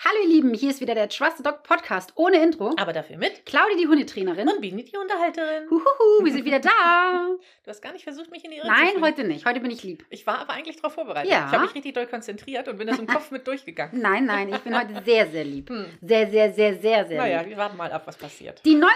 Hallo ihr Lieben, hier ist wieder der Trust the Dog Podcast ohne Intro. Aber dafür mit Claudia, die Hundetrainerin. und Bini, die Unterhalterin. Huhuhu, wir sind wieder da. Du hast gar nicht versucht, mich in die Irre zu Nein, führen. heute nicht. Heute bin ich lieb. Ich war aber eigentlich darauf vorbereitet. Ja. Ich habe mich richtig doll konzentriert und bin das im Kopf mit durchgegangen. Nein, nein, ich bin heute sehr, sehr lieb. Hm. Sehr, sehr, sehr, sehr, sehr Naja, lieb. wir warten mal ab, was passiert. Die 90.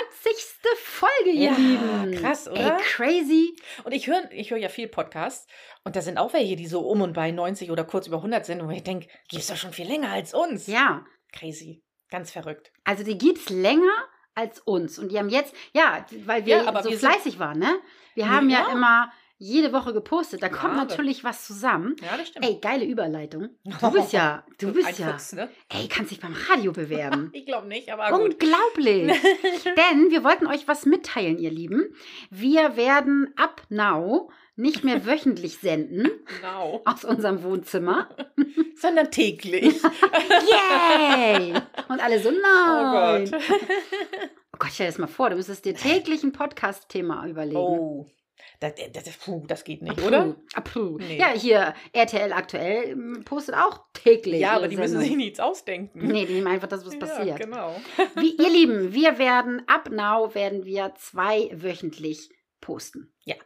Folge, ihr Ja, Lieben. krass, Ey, oder? crazy. Und ich höre ich höre ja viel Podcasts und da sind auch welche, die so um und bei 90 oder kurz über 100 sind und ich denke, die ist doch schon viel länger als uns. Ja, Crazy. Ganz verrückt. also die gibt's länger als uns. Und die haben jetzt, ja, weil wir Ja, aber so wir sind- fleißig waren, ne? Wir haben ja, Ja. immer jede Woche gepostet. Da Ja, kommt aber- natürlich was zusammen. Ja, das stimmt. Ey, geile Überleitung. Du bist ja, du bist Ein ja. Fuchs, ne? Ey, kannst dich beim Radio bewerben. Ich glaube nicht, aber gut. Unglaublich. Denn wir wollten euch was mitteilen, ihr Lieben. Wir werden ab now nicht mehr wöchentlich senden Genau. aus unserem Wohnzimmer. Sondern täglich. Yay! Und alle so, nein. Oh Gott. Oh Gott, stell dir das mal vor, du müsstest dir täglich ein Podcast-Thema überlegen. Oh, das, das, das, puh, das geht nicht, Apu, oder? Apu. Nee. Ja, hier, RTL aktuell m, postet auch täglich. Ja, aber ihre die müssen sich Sendung. nichts ausdenken. Nee, die nehmen einfach das, was Ja, passiert. genau. Wie, ihr Lieben, wir werden ab now werden wir zwei wöchentlich posten. Ja.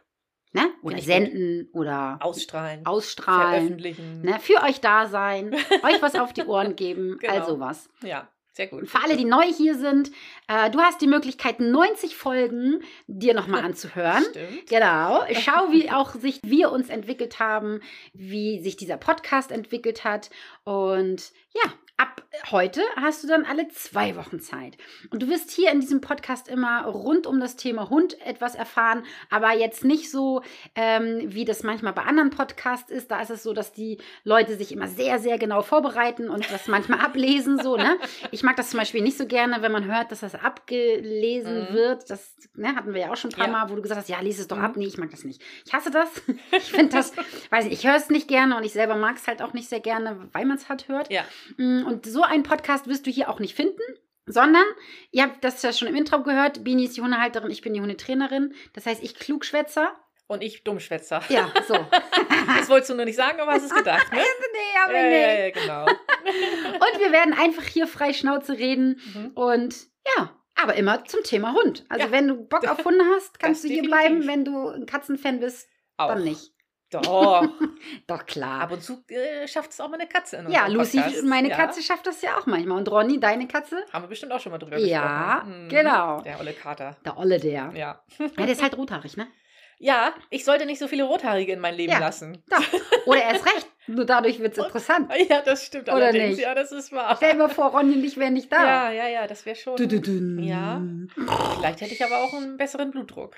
Ne? Oder Finde ich senden oder Ausstrahlen, ausstrahlen. veröffentlichen. Ne? Für euch da sein, euch was auf die Ohren geben, Genau. all sowas. Ja, sehr gut. Und für alle, die neu hier sind, äh, du hast die Möglichkeit, 90 Folgen dir nochmal anzuhören. Stimmt. Genau. Schau, wie auch sich wir uns entwickelt haben, wie sich dieser Podcast entwickelt hat. Und ja, ab heute hast du dann alle zwei Wochen Zeit. Und du wirst hier in diesem Podcast immer rund um das Thema Hund etwas erfahren, aber jetzt nicht so, ähm, wie das manchmal bei anderen Podcasts ist. Da ist es so, dass die Leute sich immer sehr, sehr genau vorbereiten und das manchmal ablesen. So, ne? Ich mag das zum Beispiel nicht so gerne, wenn man hört, dass das abgelesen Mhm. wird. Das ne, hatten wir ja auch schon ein paar Ja. Mal wo du gesagt hast, ja, lies es doch Mhm. ab. Nee, ich mag das nicht. Ich hasse das. Ich finde das, weiß nicht, ich höre es nicht gerne und ich selber mag es halt auch nicht sehr gerne, weil man es halt hört. Ja. Mm, Und so einen Podcast wirst du hier auch nicht finden. Sondern, ihr habt das ja schon im Intro gehört, Bini ist die Hundehalterin, ich bin die Hundetrainerin. Das heißt, ich Klugschwätzer. Und ich Dummschwätzer. Ja, so. Das wolltest du nur nicht sagen, aber hast es gedacht, ne? nee, aber ja, nee. ja, ja, genau. Und wir werden einfach hier frei Schnauze reden Mhm. und ja, aber immer zum Thema Hund. Also Ja. wenn du Bock auf Hunde hast, kannst du hier definitiv. bleiben. Wenn du ein Katzenfan bist, Auch. dann nicht. Doch. Doch klar. Ab und zu äh, schafft es auch mal eine Katze in Ja, unserem Lucy, Podcast. meine ja. Katze schafft das ja auch manchmal. Und Ronny, deine Katze? Haben wir bestimmt auch schon mal drüber Ja, gesprochen. Mhm. genau. Der olle Kater. Der Olle, der. Ja. Ja. der ist halt rothaarig, ne? ja, ich sollte nicht so viele Rothaarige in mein Leben Ja. lassen. Doch. Oder er ist recht. Nur dadurch wird es interessant. Ja, das stimmt Oder allerdings. nicht? Ja, das ist wahr. Stell dir mal vor, Ronny und ich wären nicht da. Ja, ja, ja, das wäre schon. Du, du, du. Ja. Vielleicht hätte ich aber auch einen besseren Blutdruck.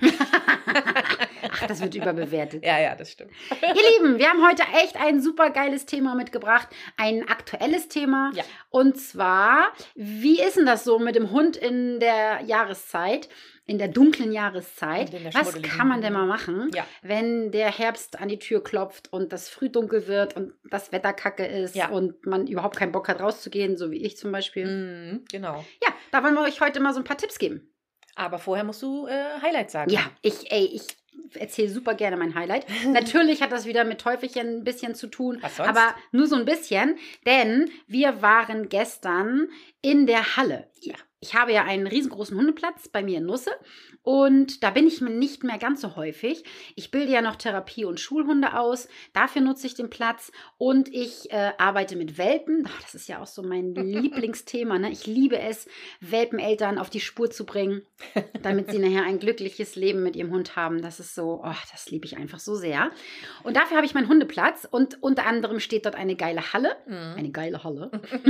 Ach, das wird überbewertet. Ja, ja, das stimmt. Ihr Lieben, wir haben heute echt ein super geiles Thema mitgebracht. Ein aktuelles Thema. Ja. Und zwar, wie ist denn das so mit dem Hund in der Jahreszeit? In der dunklen Jahreszeit. Und in der Was schmuddeligen. kann man denn mal machen? Ja. wenn der Herbst an die Tür klopft und das Frühdunkel wird und das Wetter kacke ist Ja. und man überhaupt keinen Bock hat rauszugehen, so wie ich zum Beispiel. Mhm, genau. Ja, da wollen wir euch heute mal so ein paar Tipps geben. Aber vorher musst du äh, Highlights sagen. Ja, ich, ey, ich erzähle super gerne mein Highlight. Natürlich hat das wieder mit Teufelchen ein bisschen zu tun, Was sonst? aber nur so ein bisschen, denn wir waren gestern in der Halle. Ja. Ich habe ja einen riesengroßen Hundeplatz bei mir in Nusse und da bin ich mir nicht mehr ganz so häufig. Ich bilde ja noch Therapie- und Schulhunde aus, dafür nutze ich den Platz und ich äh, arbeite mit Welpen. Ach, das ist ja auch so mein Lieblingsthema. Ne? Ich liebe es, Welpeneltern auf die Spur zu bringen, damit sie nachher ein glückliches Leben mit ihrem Hund haben. Das ist so, oh, das liebe ich einfach so sehr. Und dafür habe ich meinen Hundeplatz und unter anderem steht dort eine geile Halle. Mhm. Eine geile Halle.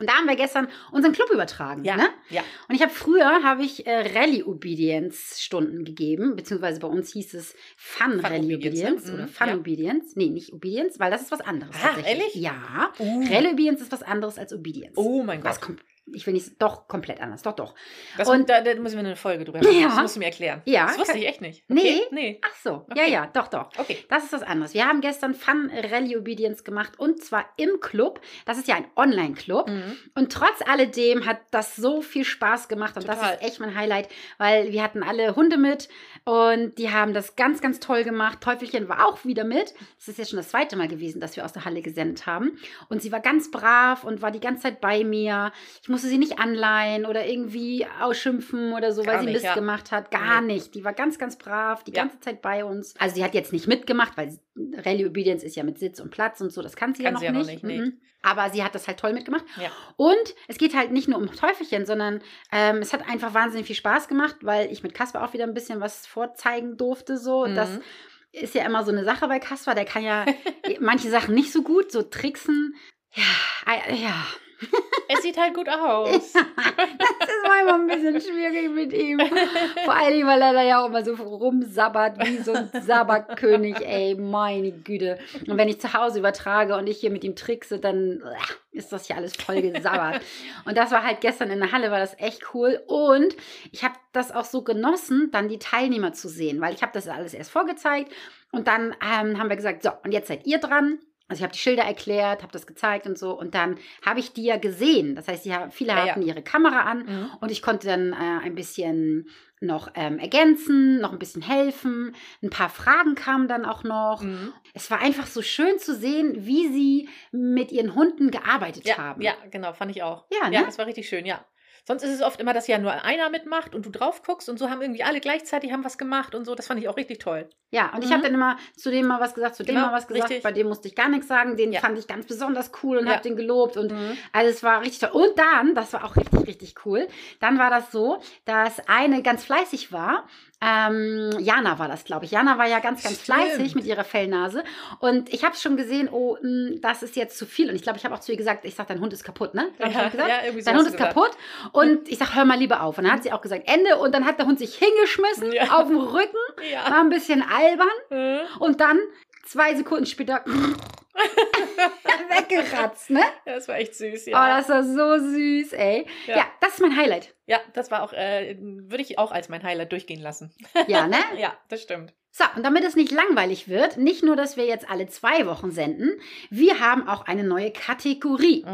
Und da haben wir gestern unseren Club übertragen. ja, Ne? ja. Und ich habe früher habe ich äh, Rally Obedience Stunden gegeben, beziehungsweise bei uns hieß es Fun, Fun Rally Obedience, Obedience ne? oder Mhm, Fun ja. Obedience. Nee, nicht Obedience, weil das ist was anderes. Ah, tatsächlich. ehrlich? Ja. Uh. Rally Obedience ist was anderes als Obedience. Oh mein Gott. Was kommt? Ich will nicht, doch, komplett anders. Doch, doch. Das, Und- und da, da müssen wir eine Folge drüber machen. Ja. Das musst du mir erklären. Ja, Das wusste kann- ich echt nicht. Nee. Nee. Ach so. Ja, Okay. ja, doch, doch. Okay. Das ist was anderes. Wir haben gestern Fun Rally Obedience gemacht und zwar im Club. Das ist ja ein Online-Club. Mhm. Und trotz alledem hat das so viel Spaß gemacht und das Total. ist echt mein Highlight, weil wir hatten alle Hunde mit und die haben das ganz, ganz toll gemacht. Teufelchen war auch wieder mit. Das ist jetzt schon das zweite Mal gewesen, dass wir aus der Halle gesendet haben. Und sie war ganz brav und war die ganze Zeit bei mir. Ich musste sie nicht anleihen oder irgendwie ausschimpfen oder so, Gar weil sie nicht, Mist ja. gemacht hat. Gar nicht. Die war ganz, ganz brav, die Ja. ganze Zeit bei uns. Also sie hat jetzt nicht mitgemacht, weil Rally Obedience ist ja mit Sitz und Platz und so. Das kann sie Kann ja noch sie ja noch nicht. nicht, nee. Mhm. Aber sie hat das halt toll mitgemacht. Ja. Und es geht halt nicht nur um Teufelchen, sondern ähm, es hat einfach wahnsinnig viel Spaß gemacht, weil ich mit Kasper auch wieder ein bisschen was vorzeigen durfte. So, Mhm. das ist ja immer so eine Sache bei Kasper. Der kann ja manche Sachen nicht so gut, so tricksen. Ja, ei- ja. Es sieht halt gut aus. Das ist manchmal ein bisschen schwierig mit ihm. Vor allem, weil er da ja auch immer so rumsabbert wie so ein Sabberkönig, ey, meine Güte. Und wenn ich zu Hause übertrage und ich hier mit ihm trickse, dann äh, ist das hier alles voll gesabbert. Und das war halt gestern in der Halle, war das echt cool. Und ich habe das auch so genossen, dann die Teilnehmer zu sehen, weil ich habe das alles erst vorgezeigt und dann ähm, haben wir gesagt, so, und jetzt seid ihr dran. Also ich habe die Schilder erklärt, habe das gezeigt und so. Und dann habe ich die ja gesehen. Das heißt, die, ha- viele Ja, ja. hatten ihre Kamera an Mhm. und ich konnte dann äh, ein bisschen noch ähm, ergänzen, noch ein bisschen helfen. Ein paar Fragen kamen dann auch noch. Mhm. Es war einfach so schön zu sehen, wie sie mit ihren Hunden gearbeitet Ja, haben. ja, genau, fand ich auch. Ja, ne? Ja, das war richtig schön, ja. Sonst ist es oft immer, dass ja nur einer mitmacht und du drauf guckst und so haben irgendwie alle gleichzeitig haben was gemacht und so. Das fand ich auch richtig toll. Ja, und ich Mhm. habe dann immer zu dem mal was gesagt, zu dem Genau, mal was gesagt. richtig. Bei dem musste ich gar nichts sagen. Den Ja. fand ich ganz besonders cool und Ja. Mhm. habe den gelobt. Und Also es war richtig toll. Und dann, das war auch richtig, richtig cool, dann war das so, dass eine ganz fleißig war. Ähm, Jana war das, glaube ich. Jana war ja ganz, ganz Stimmt. fleißig mit ihrer Fellnase. Und ich habe schon gesehen, oh, mh, das ist jetzt zu viel. Und ich glaube, ich habe auch zu ihr gesagt, ich sage, dein Hund ist kaputt, ne? Hab ich schon Ja, gesagt? ja, irgendwie so Dein hast Hund du ist gesagt. kaputt und ich sage, hör mal lieber auf. Und dann hat sie auch gesagt, Ende. Und dann hat der Hund sich hingeschmissen Ja. auf den Rücken, Ja. war ein bisschen albern Mhm. und dann zwei Sekunden später weggeratzt, ne? Das war echt süß, Oh, ja. das war so süß, ey. Ja, Ja. das ist mein Highlight. ja, das war auch, äh, würde ich auch als mein Highlight durchgehen lassen. Ja, ne? Ja, das stimmt. So, und damit es nicht langweilig wird, nicht nur, dass wir jetzt alle zwei Wochen senden, wir haben auch eine neue Kategorie.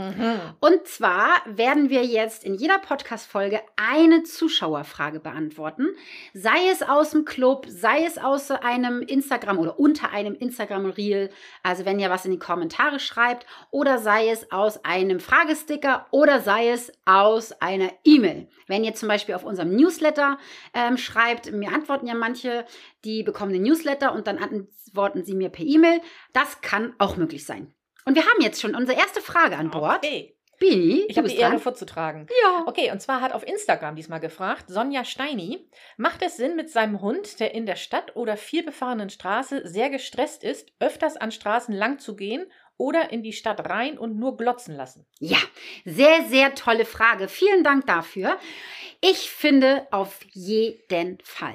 Und zwar werden wir jetzt in jeder Podcast-Folge eine Zuschauerfrage beantworten. Sei es aus dem Club, sei es aus einem Instagram oder unter einem Instagram-Reel. Also wenn ihr was in die Kommentare schreibt oder sei es aus einem Fragesticker oder sei es aus einer E-Mail. Wenn ihr zum Beispiel auf unserem Newsletter ähm, schreibt, mir antworten ja manche, die bekommen den Newsletter und dann antworten sie mir per E-Mail. Das kann auch möglich sein. Und wir haben jetzt schon unsere erste Frage an Bord. Okay. Bini, Ich du habe die bist Ehre dran. vorzutragen. Ja. Okay, und zwar hat auf Instagram diesmal gefragt, Sonja Steini, macht es Sinn, mit seinem Hund, der in der Stadt oder viel befahrenen Straße sehr gestresst ist, öfters an Straßen lang zu gehen oder in die Stadt rein und nur glotzen lassen? Ja, sehr, sehr tolle Frage. Vielen Dank dafür. Ich finde auf jeden Fall.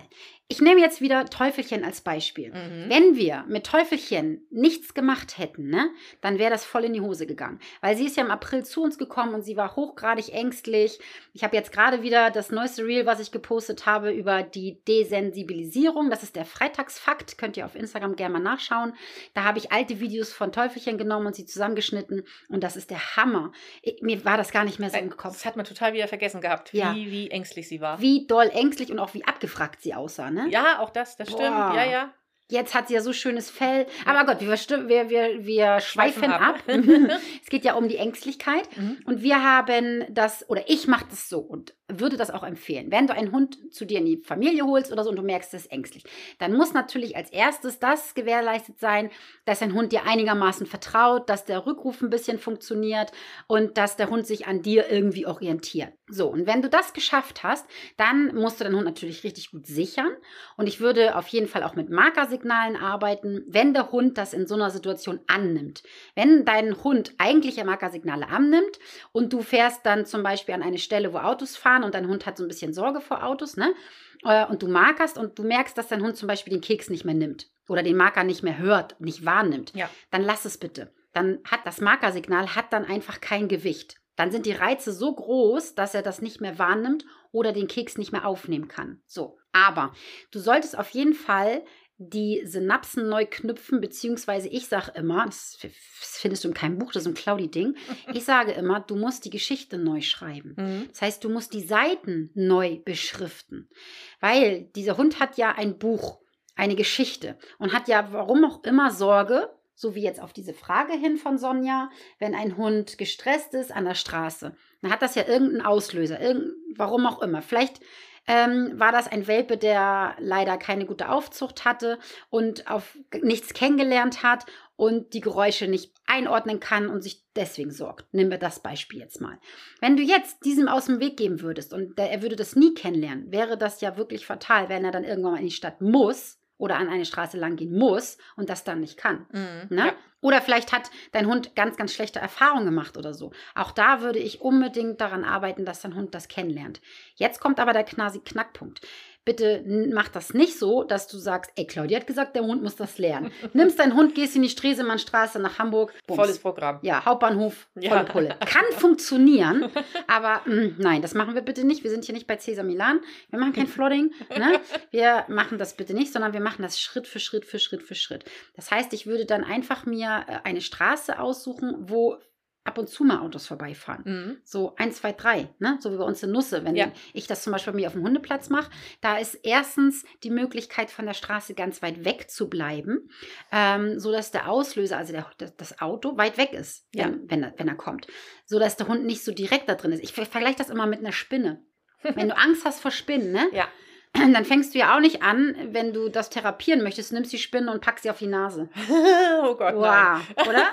Ich nehme jetzt wieder Teufelchen als Beispiel. Hm? Äh, Wenn wir mit Teufelchen nichts gemacht hätten, ne, dann wäre das voll in die Hose gegangen. Weil sie ist ja im April zu uns gekommen und sie war hochgradig ängstlich. Ich habe jetzt gerade wieder das neueste Reel, was ich gepostet habe, über die Desensibilisierung. Das ist der Freitagsfakt. Könnt ihr auf Instagram gerne mal nachschauen. Da habe ich alte Videos von Teufelchen genommen und sie zusammengeschnitten. Und das ist der Hammer. Ich, mir war das gar nicht mehr Äh, so im Kopf. Das hat man total wieder vergessen gehabt, Ja. wie, wie ängstlich sie war. Wie doll ängstlich und auch wie abgefragt sie aussah, ne? Ja, auch das, das stimmt. Boah. Ja, ja. Jetzt hat sie ja so schönes Fell. Aber Gott, wir, versti- wir, wir, wir schweifen Schweifen ab. ab. es geht ja um die Ängstlichkeit. Mhm. Und wir haben das, oder ich mache das so und würde das auch empfehlen. Wenn du einen Hund zu dir in die Familie holst oder so und du merkst, es ist ängstlich, dann muss natürlich als erstes das gewährleistet sein, dass dein Hund dir einigermaßen vertraut, dass der Rückruf ein bisschen funktioniert und dass der Hund sich an dir irgendwie orientiert. So, und wenn du das geschafft hast, dann musst du deinen Hund natürlich richtig gut sichern. Und ich würde auf jeden Fall auch mit Markersignalen arbeiten, wenn der Hund das in so einer Situation annimmt. Wenn dein Hund eigentliche Markersignale annimmt und du fährst dann zum Beispiel an eine Stelle, wo Autos fahren und dein Hund hat so ein bisschen Sorge vor Autos, ne? Äh, Und du markerst und du merkst, dass dein Hund zum Beispiel den Keks nicht mehr nimmt oder den Marker nicht mehr hört, nicht wahrnimmt, Ja. dann lass es bitte. Dann hat das Markersignal hat dann einfach kein Gewicht. Dann sind die Reize so groß, dass er das nicht mehr wahrnimmt oder den Keks nicht mehr aufnehmen kann. So. Aber du solltest auf jeden Fall die Synapsen neu knüpfen, beziehungsweise ich sage immer, das f- f- findest du in keinem Buch, das ist ein Claudi-Ding, ich sage immer, du musst die Geschichte neu schreiben. Mhm. Das heißt, du musst die Seiten neu beschriften, weil dieser Hund hat ja ein Buch, eine Geschichte und hat ja warum auch immer Sorge, so wie jetzt auf diese Frage hin von Sonja, wenn ein Hund gestresst ist an der Straße, dann hat das ja irgendeinen Auslöser, irgend, warum auch immer. Vielleicht ähm, war das ein Welpe, der leider keine gute Aufzucht hatte und auf nichts kennengelernt hat und die Geräusche nicht einordnen kann und sich deswegen sorgt. Nehmen wir das Beispiel jetzt mal. Wenn du jetzt diesem aus dem Weg gehen würdest und der, er würde das nie kennenlernen, wäre das ja wirklich fatal, wenn er dann irgendwann mal in die Stadt muss oder an eine Straße lang gehen muss und das dann nicht kann. Mhm. Ne? Ja. Oder vielleicht hat dein Hund ganz, ganz schlechte Erfahrungen gemacht oder so. Auch da würde ich unbedingt daran arbeiten, dass dein Hund das kennenlernt. Jetzt kommt aber der knasi Knackpunkt. Bitte n- mach das nicht so, dass du sagst, ey, Claudia hat gesagt, der Hund muss das lernen. Nimmst deinen Hund, gehst in die Stresemannstraße nach Hamburg. Bums. Volles Programm. ja, Hauptbahnhof, volle Ja. Pulle. Kann funktionieren, aber mh, nein, das machen wir bitte nicht. Wir sind hier nicht bei Cesar Milan. Wir machen kein Flooding. Ne? Wir machen das bitte nicht, sondern wir machen das Schritt für Schritt für Schritt für Schritt. Das heißt, ich würde dann einfach mir äh, eine Straße aussuchen, wo ab und zu mal Autos vorbeifahren. Mhm. So eins, zwei, drei, ne? so wie bei uns in Nusse. Wenn Ja. ich das zum Beispiel bei mir auf dem Hundeplatz mache, da ist erstens die Möglichkeit, von der Straße ganz weit weg zu bleiben, ähm, sodass der Auslöser, also der, das- das Auto, weit weg ist, Ja. wenn, wenn, er, wenn er kommt. Sodass der Hund nicht so direkt da drin ist. Ich ver- vergleiche das immer mit einer Spinne. Wenn du Angst hast vor Spinnen, ne? Ja. dann fängst du ja auch nicht an, wenn du das therapieren möchtest, nimmst die Spinne und packst sie auf die Nase. oh Gott, nein. Wow, oder?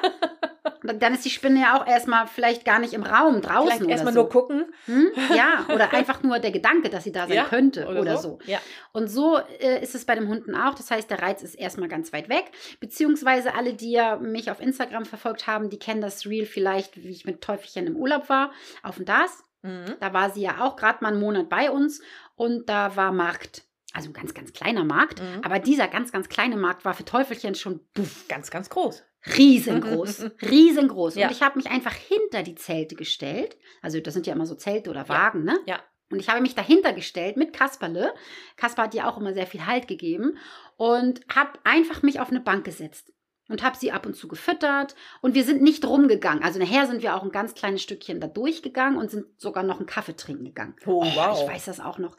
Dann ist die Spinne ja auch erstmal vielleicht gar nicht im Raum, draußen Vielleicht oder erstmal so. nur gucken. Hm? Ja, oder einfach nur der Gedanke, dass sie da sein Ja, könnte oder, so. Ja. Und so äh, ist es bei dem Hunden auch. Das heißt, der Reiz ist erstmal ganz weit weg. Beziehungsweise alle, die ja mich auf Instagram verfolgt haben, die kennen das Reel vielleicht, wie ich mit Teufelchen im Urlaub war, auf dem DAS. Mhm. Da war sie ja auch gerade mal einen Monat bei uns und da war Markt. Also ein ganz, ganz kleiner Markt. Mhm. Aber dieser ganz, ganz kleine Markt war für Teufelchen schon puff, Ganz, ganz groß. Riesengroß, riesengroß. Ja. Und ich habe mich einfach hinter die Zelte gestellt. Also das sind ja immer so Zelte oder Wagen, ne? Ja. Und ich habe mich dahinter gestellt mit Kasperle. Kasper hat ja auch immer sehr viel Halt gegeben. Und habe einfach mich auf eine Bank gesetzt. Und habe sie ab und zu gefüttert. Und wir sind nicht rumgegangen. Also nachher sind wir auch ein ganz kleines Stückchen da durchgegangen und sind sogar noch einen Kaffee trinken gegangen. Oh, wow. Ich weiß das auch noch.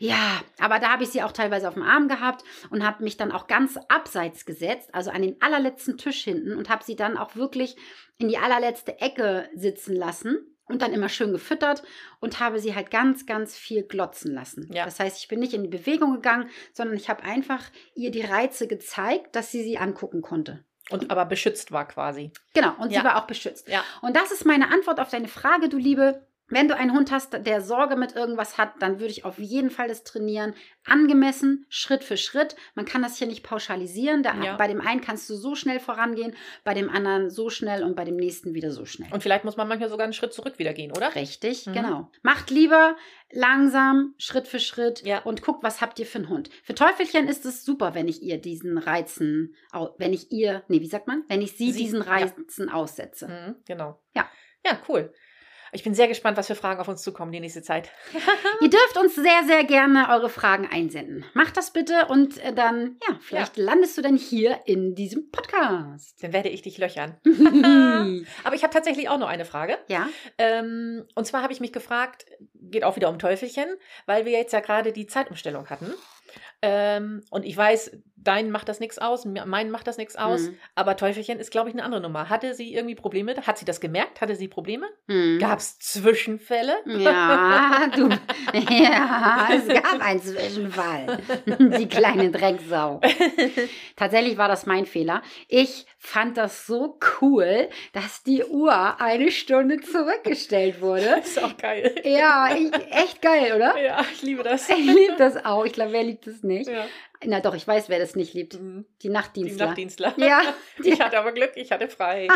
Ja, aber da habe ich sie auch teilweise auf dem Arm gehabt und habe mich dann auch ganz abseits gesetzt, also an den allerletzten Tisch hinten und habe sie dann auch wirklich in die allerletzte Ecke sitzen lassen und dann immer schön gefüttert und habe sie halt ganz, ganz viel glotzen lassen. Ja. Das heißt, ich bin nicht in die Bewegung gegangen, sondern ich habe einfach ihr die Reize gezeigt, dass sie sie angucken konnte. Und aber beschützt war quasi. Genau, und Ja. sie war auch beschützt. Ja. Und das ist meine Antwort auf deine Frage, du Liebe. Wenn du einen Hund hast, der Sorge mit irgendwas hat, dann würde ich auf jeden Fall das trainieren. Angemessen, Schritt für Schritt. Man kann das hier nicht pauschalisieren. Der, Ja. Bei dem einen kannst du so schnell vorangehen, bei dem anderen so schnell und bei dem nächsten wieder so schnell. Und vielleicht muss man manchmal sogar einen Schritt zurück wieder gehen, oder? Richtig, Mhm. genau. Macht lieber langsam, Schritt für Schritt Ja. und guckt, was habt ihr für einen Hund. Für Teufelchen ist es super, wenn ich ihr diesen Reizen, au- wenn ich ihr, nee, wie sagt man? Wenn ich sie, Sie, diesen ja. Reizen aussetze. Mhm, genau. Ja. Ja, cool. Ich bin sehr gespannt, was für Fragen auf uns zukommen die nächste Zeit. Ihr dürft uns sehr, sehr gerne eure Fragen einsenden. Macht das bitte und äh, dann, ja, vielleicht landest du dann hier in diesem Podcast. Dann werde ich dich löchern. Hm. ja, Aber ich habe tatsächlich auch noch eine Frage. Ähm, und zwar habe ich mich gefragt, geht auch wieder um Teufelchen, weil wir jetzt ja gerade die Zeitumstellung hatten. Ähm, und ich weiß, dein macht das nichts aus, mir- mein macht das nichts aus, Hm. aber Teufelchen ist, glaube ich, eine andere Nummer. Hatte sie irgendwie Probleme? Hat sie das gemerkt? Hatte sie Probleme? Hm. Gab es Zwischenfälle? Ja, du. Ja, es gab einen Zwischenfall. Die kleine Drecksau. Tatsächlich war das mein Fehler. Ich fand das so cool, dass die Uhr eine Stunde zurückgestellt wurde. ist auch geil. Ja, ich, echt geil, oder? Ja, ich liebe das. Ich liebe das auch. Ich glaube, wer liebt es nicht? Ja. Na doch, ich weiß, wer das nicht liebt. Mhm. Die Die Nachtdienstler. Nachtdienstler. ja, Ah, die, Ich hatte aber Glück, ich hatte frei.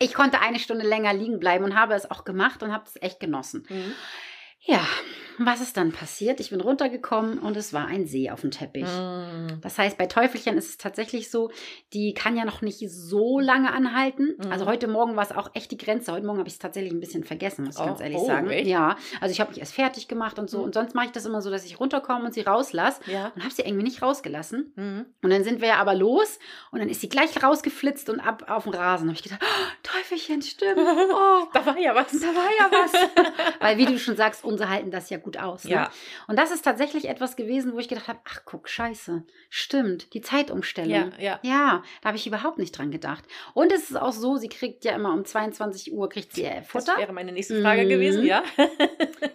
ich konnte eine Stunde länger liegen bleiben und habe es auch gemacht und habe es echt genossen. Mhm. Ja, was ist dann passiert? Ich bin runtergekommen und es war ein See auf dem Teppich. Mm. Das heißt, bei Teufelchen ist es tatsächlich so, die kann ja noch nicht so lange anhalten. Mhm. Also heute Morgen war es auch echt die Grenze. Heute Morgen habe ich es tatsächlich ein bisschen vergessen, muss ich ganz Oh, ehrlich oh, sagen. echt? Ja, also ich habe mich erst fertig gemacht und so. Mhm. Und sonst mache ich das immer so, dass ich runterkomme und sie rauslasse. Ja. Und habe sie irgendwie nicht rausgelassen. Mhm. Und dann sind wir ja aber los und dann ist sie gleich rausgeflitzt und ab auf den Rasen. Da habe ich gedacht, oh, Teufelchen, stimmt. Oh, Da war ja was. da war ja was. Weil, wie du schon sagst, unsere halten das ja gut aus. Ne? Ja. Und das ist tatsächlich etwas gewesen, wo ich gedacht habe, ach guck, scheiße, stimmt, die Zeitumstellung. Ja, ja. Ja, da habe ich überhaupt nicht dran gedacht. Und es ist auch so, sie kriegt ja immer um 22 Uhr kriegt sie äh, Das Futter. wäre meine nächste Frage Mhm. gewesen, ja.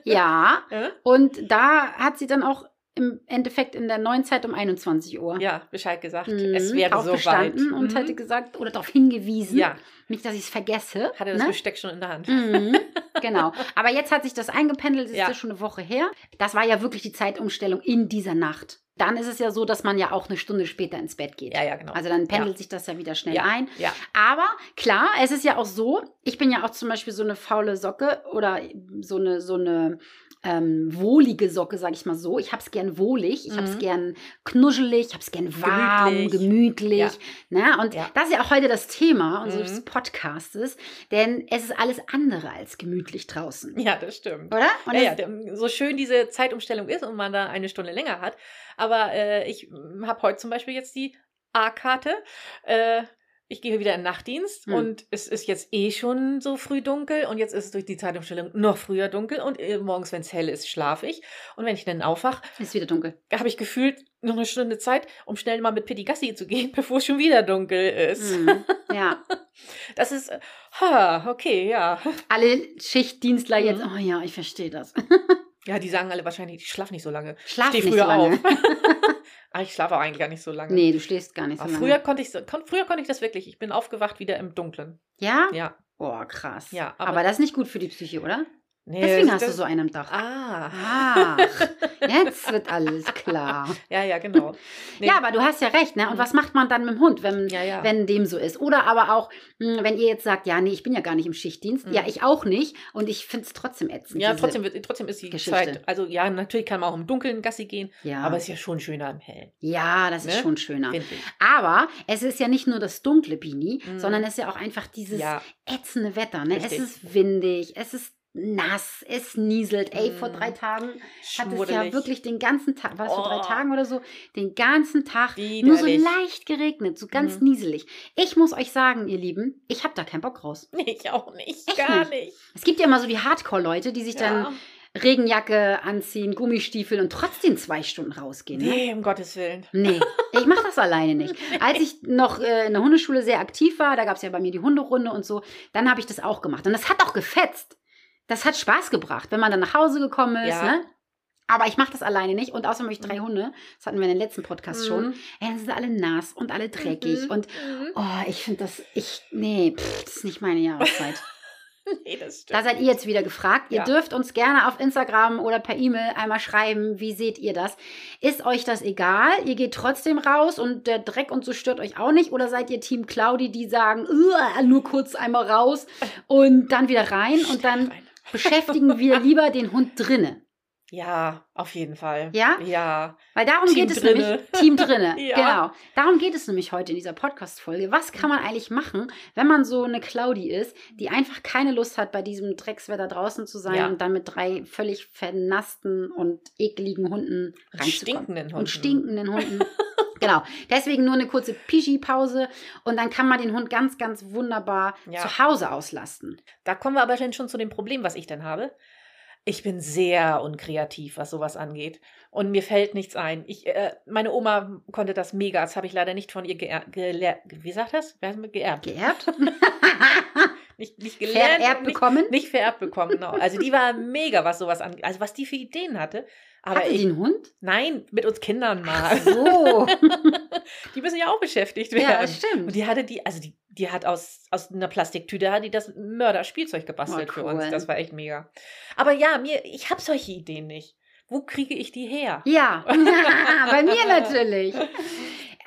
Ja, Äh? und da hat sie dann auch im Endeffekt in der neuen Zeit um 21 Uhr. Ja, Bescheid gesagt. Mhm, es wäre drauf so weit. bestanden und Mhm. hätte gesagt oder darauf hingewiesen, ja, nicht, dass ich es vergesse. hatte das ne? Besteck schon in der Hand. Mhm, genau. Aber jetzt hat sich das eingependelt, es Ja. ist ja schon eine Woche her. Das war ja wirklich die Zeitumstellung in dieser Nacht. Dann ist es ja so, dass man ja auch eine Stunde später ins Bett geht. Ja, ja, genau. Also dann pendelt sich das ja wieder schnell Ja. ein. ja. Aber klar, es ist ja auch so, ich bin ja auch zum Beispiel so eine faule Socke oder so eine, so eine ähm, wohlige Socke, sag ich mal so. Ich hab's gern wohlig, ich Mhm. hab's gern knuschelig, ich hab's gern warm, Gemütlich. gemütlich. Ja. Ne? Und Ja. das ist ja auch heute das Thema unseres Mhm. Podcastes, denn es ist alles andere als gemütlich draußen. ja, das stimmt. Oder? Und Ja, ja, es- der- so schön diese Zeitumstellung ist und man da eine Stunde länger hat. Aber äh, ich habe heute zum Beispiel jetzt die A-Karte. Äh, ich gehe wieder in Nachtdienst Hm. und es ist jetzt eh schon so früh dunkel und jetzt ist es durch die Zeitumstellung noch früher dunkel und äh, morgens, wenn es hell ist, schlafe ich. Und wenn ich dann aufwache, ist wieder dunkel. habe ich gefühlt noch eine Stunde Zeit, um schnell mal mit Pitti Gassi zu gehen, bevor es schon wieder dunkel ist. Mhm. Ja. Das ist, äh, ha, okay, ja. Alle Schichtdienstler Mhm. jetzt, oh ja, ich verstehe das. Ja, die sagen alle wahrscheinlich, ich schlafe nicht so lange. Schlaf Steh nicht so früher lange. auf. ah, ich schlafe auch eigentlich gar nicht so lange. Nee, du stehst gar nicht so Aber lange. früher konnte ich so- kon früher konnte ich das wirklich. Ich bin aufgewacht wieder im Dunkeln. Ja? Ja. Boah, krass. Ja, aber- aber, das ist nicht gut für die Psyche, oder? Nee, Deswegen das- hast du so einen am Dach. Ah. Ach, jetzt wird alles klar. Ja, ja, genau. Nee. Ja, aber du hast ja recht, ne? Und was macht man dann mit dem Hund, wenn, Ja, ja. wenn dem so ist? Oder aber auch, mh, wenn ihr jetzt sagt, ja, nee, ich bin ja gar nicht im Schichtdienst. Mhm. Ja, ich auch nicht. Und ich finde es trotzdem ätzend. ja, diese- trotzdem, wird- trotzdem ist die Geschichte. Zeit. Also ja, natürlich kann man auch im Dunkeln Gassi gehen, Ja, aber es ist ja schon schöner im Hellen. ja das ist Ne? schon schöner. Finde ich. Aber es ist ja nicht nur das dunkle Bini, Mhm. sondern es ist ja auch einfach dieses Ja, ätzende Wetter. Ne? Es Richtig. ist windig, es ist nass, es nieselt. Ey, vor Mhm. drei Tagen hat es ja schmuddelig. wirklich den ganzen Tag, war es vor drei Oh. Tagen oder so, den ganzen Tag nur so Widerlich. leicht geregnet, so ganz Mhm. nieselig. Ich muss euch sagen, ihr Lieben, ich habe da keinen Bock raus. Nee, ich auch nicht. Echt gar nicht. Es gibt ja immer so die Hardcore-Leute, die sich dann ja. Regenjacke anziehen, Gummistiefel und trotzdem zwei Stunden rausgehen. Ne? Nee, um Gottes Willen. Nee, ich mache das alleine nicht. Als ich noch äh, in der Hundeschule sehr aktiv war, da gab es ja bei mir die Hunderunde und so, dann habe ich das auch gemacht. Und das hat auch gefetzt. Das hat Spaß gebracht, wenn man dann nach Hause gekommen ist. Ja. Ne? Aber ich mache das alleine nicht. Und außerdem habe ich drei Hunde. Das hatten wir in den letzten Podcast schon. Mhm. Ey, dann sind sie alle nass und alle dreckig. Und Mhm. oh, ich finde das, ich, nee, pff, das ist nicht meine Jahreszeit. Nee, das stimmt. Da seid ihr jetzt wieder gefragt. Ihr Ja. dürft uns gerne auf Instagram oder per E-Mail einmal schreiben, wie seht ihr das? Ist euch das egal? Ihr geht trotzdem raus und der Dreck und so stört euch auch nicht? Oder seid ihr Team Claudi, die sagen, "Uah, nur kurz einmal raus und dann wieder rein und dann Rein. beschäftigen wir lieber den Hund drinne? Ja, auf jeden Fall. Ja? Ja. Weil darum Team geht es drinne. nämlich. Team drinne. Ja. Genau. Darum geht es nämlich heute in dieser Podcast-Folge. Was kann man eigentlich machen, wenn man so eine Claudi ist, die einfach keine Lust hat, bei diesem Dreckswetter draußen zu sein Ja. und dann mit drei völlig vernassten und ekligen Hunden Und reinzukommen. stinkenden Hunden. Und stinkenden Hunden. genau. Deswegen nur eine kurze Pischi-Pause und dann kann man den Hund ganz, ganz wunderbar Ja. zu Hause auslasten. Da kommen wir aber dann schon zu dem Problem, was ich dann habe. Ich bin sehr unkreativ, was sowas angeht. Und mir fällt nichts ein. Ich, äh, meine Oma konnte das mega. Das habe ich leider nicht von ihr geerbt. Wie sagt das? Wer hat mir geerbt? Geerbt? Nicht, nicht gelernt. Vererbt und nicht, bekommen? nicht vererbt bekommen, genau. Also die war mega, was sowas angeht. Also was die für Ideen hatte. Aber Hatte die ich, einen Hund? nein, mit uns Kindern Ach mal. so. Die müssen ja auch beschäftigt werden. ja, das stimmt. Und die hatte die, also die, die hat aus, aus einer Plastiktüte hat die das Mörderspielzeug gebastelt Oh, für cool. uns. Das war echt mega. Aber ja, mir, ich habe solche Ideen nicht. Wo kriege ich die her? Ja, bei mir natürlich.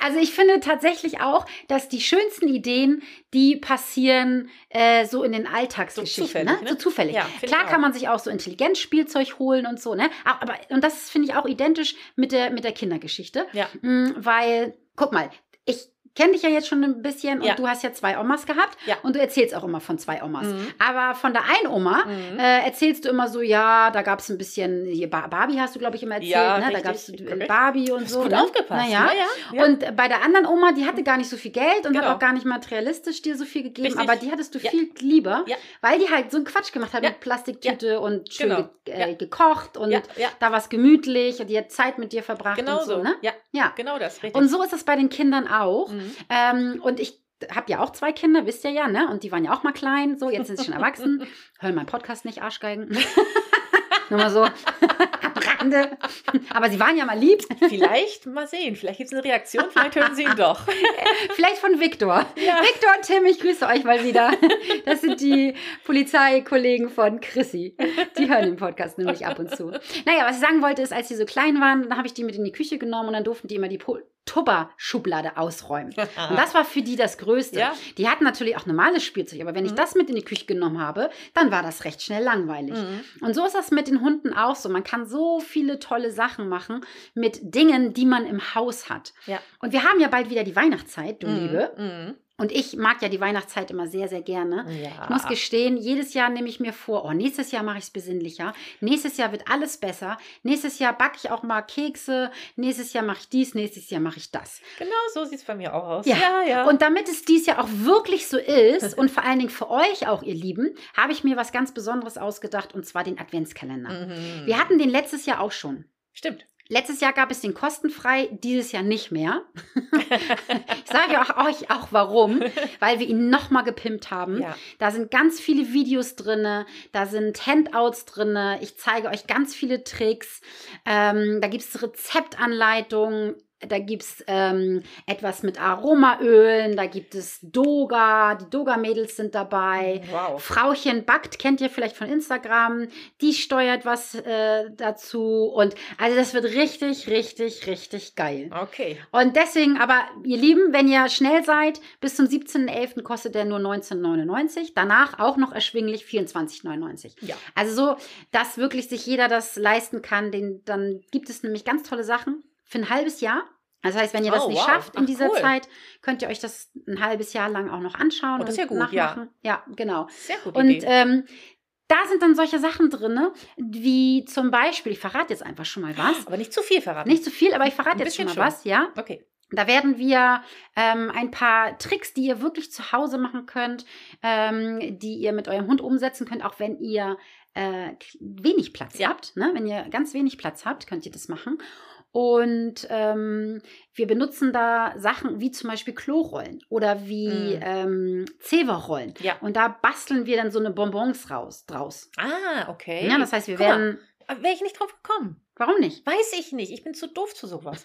Also ich finde tatsächlich auch, dass die schönsten Ideen, die passieren äh, so in den Alltagsgeschichten, zufällig, ne? ne? so zufällig. Ja, finde ich Klar auch. kann man sich auch so Intelligenzspielzeug holen und so, ne? Aber aber- und das finde ich auch identisch mit der mit der Kindergeschichte, Ja. Mm, weil guck mal, ich kenne dich ja jetzt schon ein bisschen und Ja. du hast ja zwei Omas gehabt Ja. und du erzählst auch immer von zwei Omas. Mhm. Aber von der einen Oma Mhm. äh, erzählst du immer so, ja, da gab es ein bisschen, hier, Ba- Barbie hast du, glaube ich, immer erzählt, Ja, ne? da richtig, gab es korrekt. Barbie und Hast so. gut ne? aufgepasst. Naja. ja, ja. Hm. Und bei der anderen Oma, die hatte gar nicht so viel Geld und Genau. hat auch gar nicht materialistisch dir so viel gegeben, Richtig. aber die hattest du Ja. viel lieber, Ja. weil die halt so einen Quatsch gemacht hat Ja. mit Plastiktüte und schön Genau. ge äh, gekocht und ja, ja, da war es gemütlich und die hat Zeit mit dir verbracht genau und so, so. ne? Ja, Ja. genau das. Richtig. Und so ist es bei den Kindern auch. Mhm. Ähm, und ich habe ja auch zwei Kinder, wisst ihr ja, ne? Und die waren ja auch mal klein, so, jetzt sind sie schon erwachsen. Hören meinen Podcast nicht, Arschgeigen. Nur mal so abrande. Aber sie waren ja mal lieb. Vielleicht mal sehen. Vielleicht gibt es eine Reaktion. Vielleicht hören sie ihn doch. Vielleicht von Viktor. Ja. Viktor und Tim, ich grüße euch mal wieder. Das sind die Polizeikollegen von Chrissy. Die hören den Podcast nämlich ab und zu. Naja, was ich sagen wollte, ist, als die so klein waren, dann habe ich die mit in die Küche genommen und dann durften die immer die Po- Tupper-Schublade ausräumen. Und das war für die das Größte. Ah. Ja. Die hatten natürlich auch normales Spielzeug, aber wenn ich Mhm. das mit in die Küche genommen habe, dann war das recht schnell langweilig. Mhm. Und so ist das mit den Hunden auch so. Man kann so viele tolle Sachen machen mit Dingen, die man im Haus hat. Ja. Und wir haben ja bald wieder die Weihnachtszeit, du Liebe. Mhm. Und ich mag ja die Weihnachtszeit immer sehr, sehr gerne. Ja. Mhm. Ich muss gestehen, jedes Jahr nehme ich mir vor, oh, nächstes Jahr mache ich es besinnlicher, nächstes Jahr wird alles besser, nächstes Jahr backe ich auch mal Kekse, nächstes Jahr mache ich dies, nächstes Jahr mache ich das. Genau so sieht es bei mir auch aus. Ja. ja. ja. Und damit es dies Jahr auch wirklich so ist und vor allen Dingen für euch auch, ihr Lieben, habe ich mir was ganz Besonderes ausgedacht und zwar den Adventskalender. Mhm. Wir hatten den letztes Jahr auch schon. Stimmt. Letztes Jahr gab es den kostenfrei, dieses Jahr nicht mehr. ich sage auch- euch auch warum, weil wir ihn nochmal gepimpt haben. Ja. Da sind ganz viele Videos drin, da sind Handouts drin, ich zeige euch ganz viele Tricks, ähm, da gibt es Rezeptanleitungen, da gibt es ähm, etwas mit Aromaölen, da gibt es Doga, die Doga-Mädels sind dabei. Wow. Frauchen backt, kennt ihr vielleicht von Instagram, die steuert was äh, dazu und also das wird richtig, richtig, richtig geil. Okay. Und deswegen, aber ihr Lieben, wenn ihr schnell seid, bis zum 17.11. kostet der nur 19,99. Danach auch noch erschwinglich 24,99. Ja. Also so, dass wirklich sich jeder das leisten kann. Den, dann gibt es nämlich ganz tolle Sachen für ein halbes Jahr. Das heißt, wenn ihr das Oh, nicht wow. schafft in Ach, dieser cool. Zeit, könnt ihr euch das ein halbes Jahr lang auch noch anschauen Oh, das ist ja und gut, ja. nachmachen. Ja, genau. Sehr gut. Und ähm, da sind dann solche Sachen drin, ne? wie zum Beispiel, ich verrate jetzt einfach schon mal was. aber nicht zu viel verraten. Nicht zu viel, aber ich verrate Ein jetzt schon mal bisschen schon. was, ja. Okay. Da werden wir ähm, ein paar Tricks, die ihr wirklich zu Hause machen könnt, ähm, die ihr mit eurem Hund umsetzen könnt, auch wenn ihr äh, wenig Platz Ja. habt. Ne? Wenn ihr ganz wenig Platz habt, könnt ihr das machen. Und ähm, wir benutzen da Sachen wie zum Beispiel Klorollen oder wie Mhm. ähm, Zeverrollen. Ja. Und da basteln wir dann so eine Bonbons raus, draus. Ah, okay. Ja, das heißt, wir Guck mal. werden. Wäre ich nicht drauf gekommen. Warum nicht? Weiß ich nicht. Ich bin zu doof zu sowas.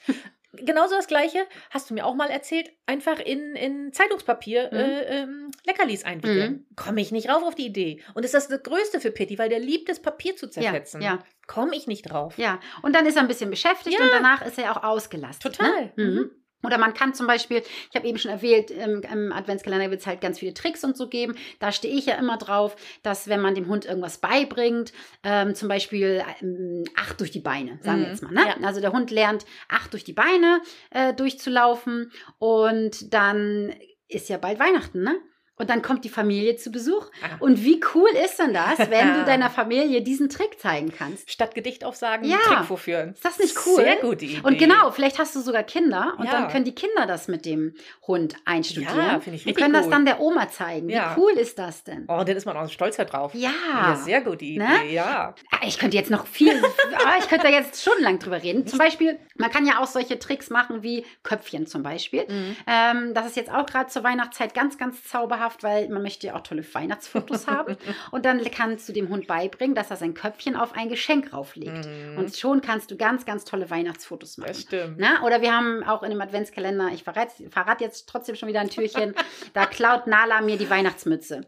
Genauso das Gleiche hast du mir auch mal erzählt. Einfach in, in Zeitungspapier Mhm. äh, ähm, Leckerlis einwickeln. Komme ich nicht rauf auf die Idee. Und ist das das Größte für Pitti, weil der liebt es, Papier zu zerfetzen. ja. Komme ich nicht drauf. Ja. Und dann ist er ein bisschen beschäftigt Ja. und danach ist er auch ausgelastet. Ne? Total. Mhm. Oder man kann zum Beispiel, ich habe eben schon erwähnt, im, im Adventskalender wird es halt ganz viele Tricks und so geben. Da stehe ich ja immer drauf, dass wenn man dem Hund irgendwas beibringt, ähm, zum Beispiel ähm, acht durch die Beine, sagen wir Mhm. jetzt mal. Ne? Ja. Also der Hund lernt acht durch die Beine äh, durchzulaufen und dann ist ja bald Weihnachten, ne? Und dann kommt die Familie zu Besuch. Ah. Und wie cool ist denn das, wenn du deiner Familie diesen Trick zeigen kannst? Statt Gedicht aufsagen, Ja. Trick vorführen. Ist das nicht cool? Sehr gute Idee. Und genau, vielleicht hast du sogar Kinder und Ja. dann können die Kinder das mit dem Hund einstudieren. Ja, finde ich und richtig können das gut. dann der Oma zeigen. Ja. Wie cool ist das denn? Oh, dann ist man auch stolzer drauf. Ja. Ja, sehr gute Idee, Ne? ja. Ah, Ich könnte jetzt noch viel, ah, ich könnte da jetzt stundenlang drüber reden. Zum Beispiel, man kann ja auch solche Tricks machen wie Köpfchen zum Beispiel. Mhm. Ähm, das ist jetzt auch gerade zur Weihnachtszeit ganz, ganz zauberhaft, weil man möchte ja auch tolle Weihnachtsfotos haben. Und dann kannst du dem Hund beibringen, dass er sein Köpfchen auf ein Geschenk rauflegt. Mhm. Und schon kannst du ganz, ganz tolle Weihnachtsfotos machen. das stimmt. Na, Ne? oder wir haben auch in dem Adventskalender, ich verrate, verrate jetzt trotzdem schon wieder ein Türchen, da klaut Nala mir die Weihnachtsmütze.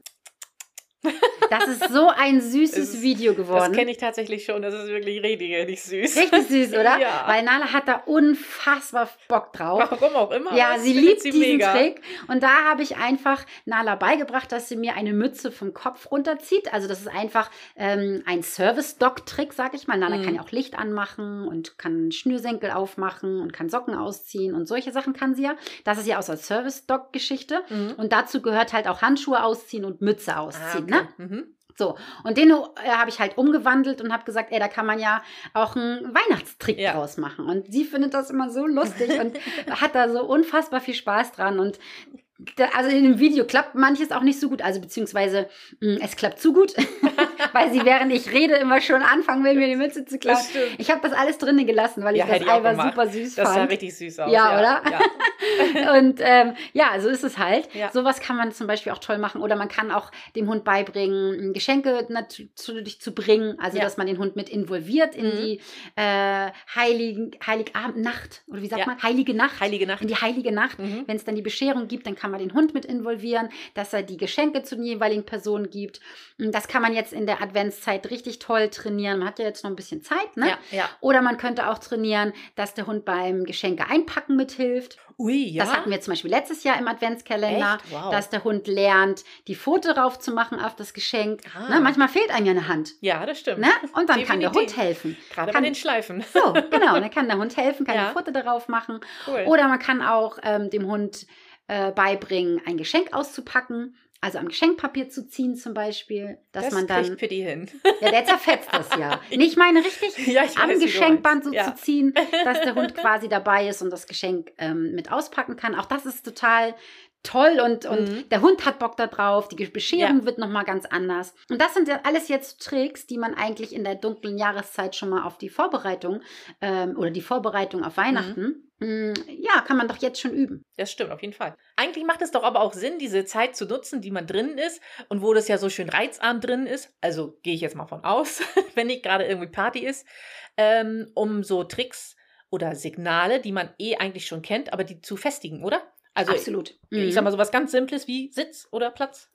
Das ist so ein süßes ist- Video Das geworden. kenne ich tatsächlich schon. Das ist wirklich richtig süß. Richtig süß, oder? Ja. Weil Nala hat da unfassbar Bock drauf. Warum auch immer. Ja, das sie liebt findet diesen mega. Trick. Und da habe ich einfach Nala beigebracht, dass sie mir eine Mütze vom Kopf runterzieht. Also das ist einfach ähm, ein Service-Dog-Trick, sag ich mal. Nala Mhm. kann ja auch Licht anmachen und kann Schnürsenkel aufmachen und kann Socken ausziehen und solche Sachen kann sie ja. Das ist ja aus der Service-Dog-Geschichte. Mhm. Und dazu gehört halt auch Handschuhe ausziehen und Mütze Ah, ausziehen. Ne? okay. mhm. Und den äh, habe ich halt umgewandelt und habe gesagt, ey, da kann man ja auch einen Weihnachtstrick Ja. draus machen. Und sie findet das immer so lustig und hat da so unfassbar viel Spaß dran. Und da, also in dem Video klappt manches auch nicht so gut. Also beziehungsweise mh, es klappt zu gut, weil sie während ich rede immer schon anfangen will, mir die Mütze zu klauen. Das stimmt. Ich habe das alles drinnen gelassen, weil Ja, ich das hätte ich auch einfach gemacht. super süß Das sah fand. richtig süß aus. Ja, ja. oder? Ja. Und ähm, ja, so ist es halt. Ja. Sowas kann man zum Beispiel auch toll machen. Oder man kann auch dem Hund beibringen, hm, Geschenke natürlich zu bringen. Also, Ja. dass man den Hund mit involviert in Mhm. die äh, heiligen, Heiligabend, Nacht. Oder wie sagt Ja. man? Heilige Nacht. Heilige Nacht. in die heilige Nacht. Mhm. Wenn es dann die Bescherung gibt, dann kann man den Hund mit involvieren, dass er die Geschenke zu den jeweiligen Personen gibt. Hm, Das kann man jetzt in der Adventszeit richtig toll trainieren. Man hat ja jetzt noch ein bisschen Zeit, ne? Ja, ja. Oder man könnte auch trainieren, dass der Hund beim Geschenke einpacken mithilft. Ui, ja. Das hatten wir zum Beispiel letztes Jahr im Adventskalender, Echt? Wow. dass der Hund lernt, die Pfote raufzumachen auf das Geschenk. Ah. Ne, manchmal fehlt einem ja eine Hand. ja, das stimmt. Ne? Und dann kann der Hund Definitiv. helfen. Gerade bei Kann- den Schleifen. So, genau. Dann kann der Hund helfen, kann Ja. die Pfote darauf machen. Cool. Oder man kann auch ähm, dem Hund äh, beibringen, ein Geschenk auszupacken. Also am Geschenkpapier zu ziehen zum Beispiel, dass das man dann, kriegt Pitti hin. ja, der zerfetzt das ja. Nee, ich meine richtig, ja, ich am weiß, wie du Geschenkband meinst. so ja. zu ziehen, dass der Hund quasi dabei ist und das Geschenk ähm, mit auspacken kann. Auch das ist total toll und, und Mhm. der Hund hat Bock da drauf, die Bescherung wird nochmal ganz anders. Und das sind ja alles jetzt Tricks, die man eigentlich in der dunklen Jahreszeit schon mal auf die Vorbereitung ähm, oder die Vorbereitung auf Weihnachten, mh, ja, kann man doch jetzt schon üben. Das stimmt, auf jeden Fall. Eigentlich macht es doch aber auch Sinn, diese Zeit zu nutzen, die man drinnen ist und wo das ja so schön reizarm drin ist. Also gehe ich jetzt mal von aus, wenn nicht gerade irgendwie Party ist, ähm, um so Tricks oder Signale, die man eh eigentlich schon kennt, aber die zu festigen, oder? Also Absolut. Mm. Mhm. ich, ich sag mal so was ganz Simples wie Sitz oder Platz.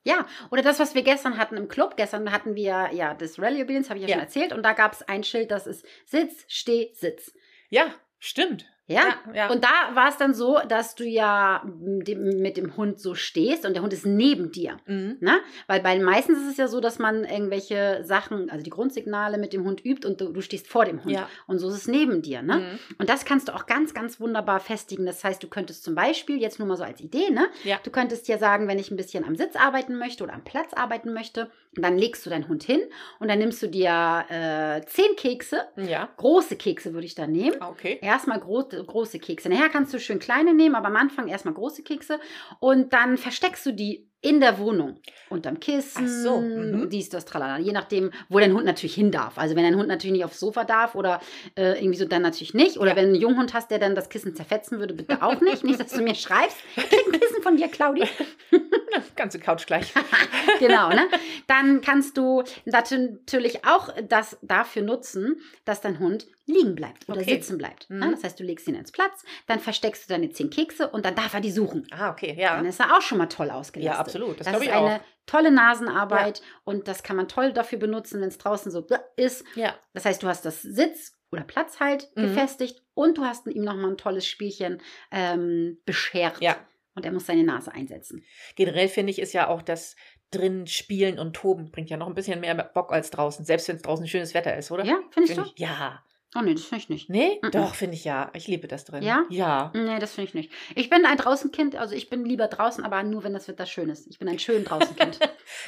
Oder das, was wir gestern hatten im Club. Gestern hatten wir ja das Rally Obedience, habe ich ja, Ja. schon erzählt. Und da gab es ein Schild, das ist Sitz, Steh, Sitz. Ja, stimmt. ja. ja. Und da war es dann so, dass du ja mit dem- mit dem Hund so stehst und der Hund ist neben dir. Mhm. Weil bei meistens ist es ja so, dass man irgendwelche Sachen, also die Grundsignale mit dem Hund übt und du, du stehst vor dem Hund. ja. Und so ist es neben dir. Ne? Mhm. Und das kannst du auch ganz, ganz wunderbar festigen. Das heißt, du könntest zum Beispiel, jetzt nur mal so als Idee, ne? Ja. Du könntest ja sagen, wenn ich ein bisschen am Sitz arbeiten möchte oder am Platz arbeiten möchte, dann legst du deinen Hund hin und dann nimmst du dir äh, zehn Kekse, Mhm. Ja, große Kekse würde ich da nehmen. Ah, okay. Erstmal gro große Kekse. Nachher kannst du schön kleine nehmen, aber am Anfang erstmal große Kekse. Und dann versteckst du die in der Wohnung. Unterm Kissen, Ach so, mhm. dies, das, tralala. Je nachdem, wo dein Hund natürlich hin darf. Also wenn dein Hund natürlich nicht aufs Sofa darf oder äh, irgendwie so, dann natürlich nicht. Oder Ja. wenn du einen Junghund hast, der dann das Kissen zerfetzen würde, bitte auch nicht. nicht, dass du mir schreibst, ich krieg ein Kissen von dir, Claudi. Na, ganze Couch gleich. genau, ne? Dann kannst du dat- natürlich auch das dafür nutzen, dass dein Hund liegen bleibt oder Okay. sitzen bleibt. Ne? Mhm. Das heißt, du legst ihn ins Platz, dann versteckst du deine zehn Kekse und dann darf er die suchen. Ah, okay, Dann ja. ist er auch schon mal toll ausgelastet. Ja, absolut. Das, Das, glaube ist ich eine auch. tolle Nasenarbeit und das kann man toll dafür benutzen, wenn es draußen so blö ist. Ja. Das heißt, du hast das Sitz oder Platz halt Mhm. gefestigt und du hast ihm nochmal ein tolles Spielchen ähm, beschert. Ja. Und er muss seine Nase einsetzen. Generell finde ich, ist ja auch das drin spielen und toben bringt ja noch ein bisschen mehr Bock als draußen, selbst wenn es draußen schönes Wetter ist, oder? Ja, findest Find du? ich, ja. Oh nee, das finde ich nicht. Nee? Mhm. Doch, finde ich ja. Ich liebe das drin. Ja? Ja. Nee, das finde ich nicht. Ich bin ein Draußenkind, also ich bin lieber draußen, aber nur, wenn das Wetter schön ist. Ich bin ein schön Draußenkind.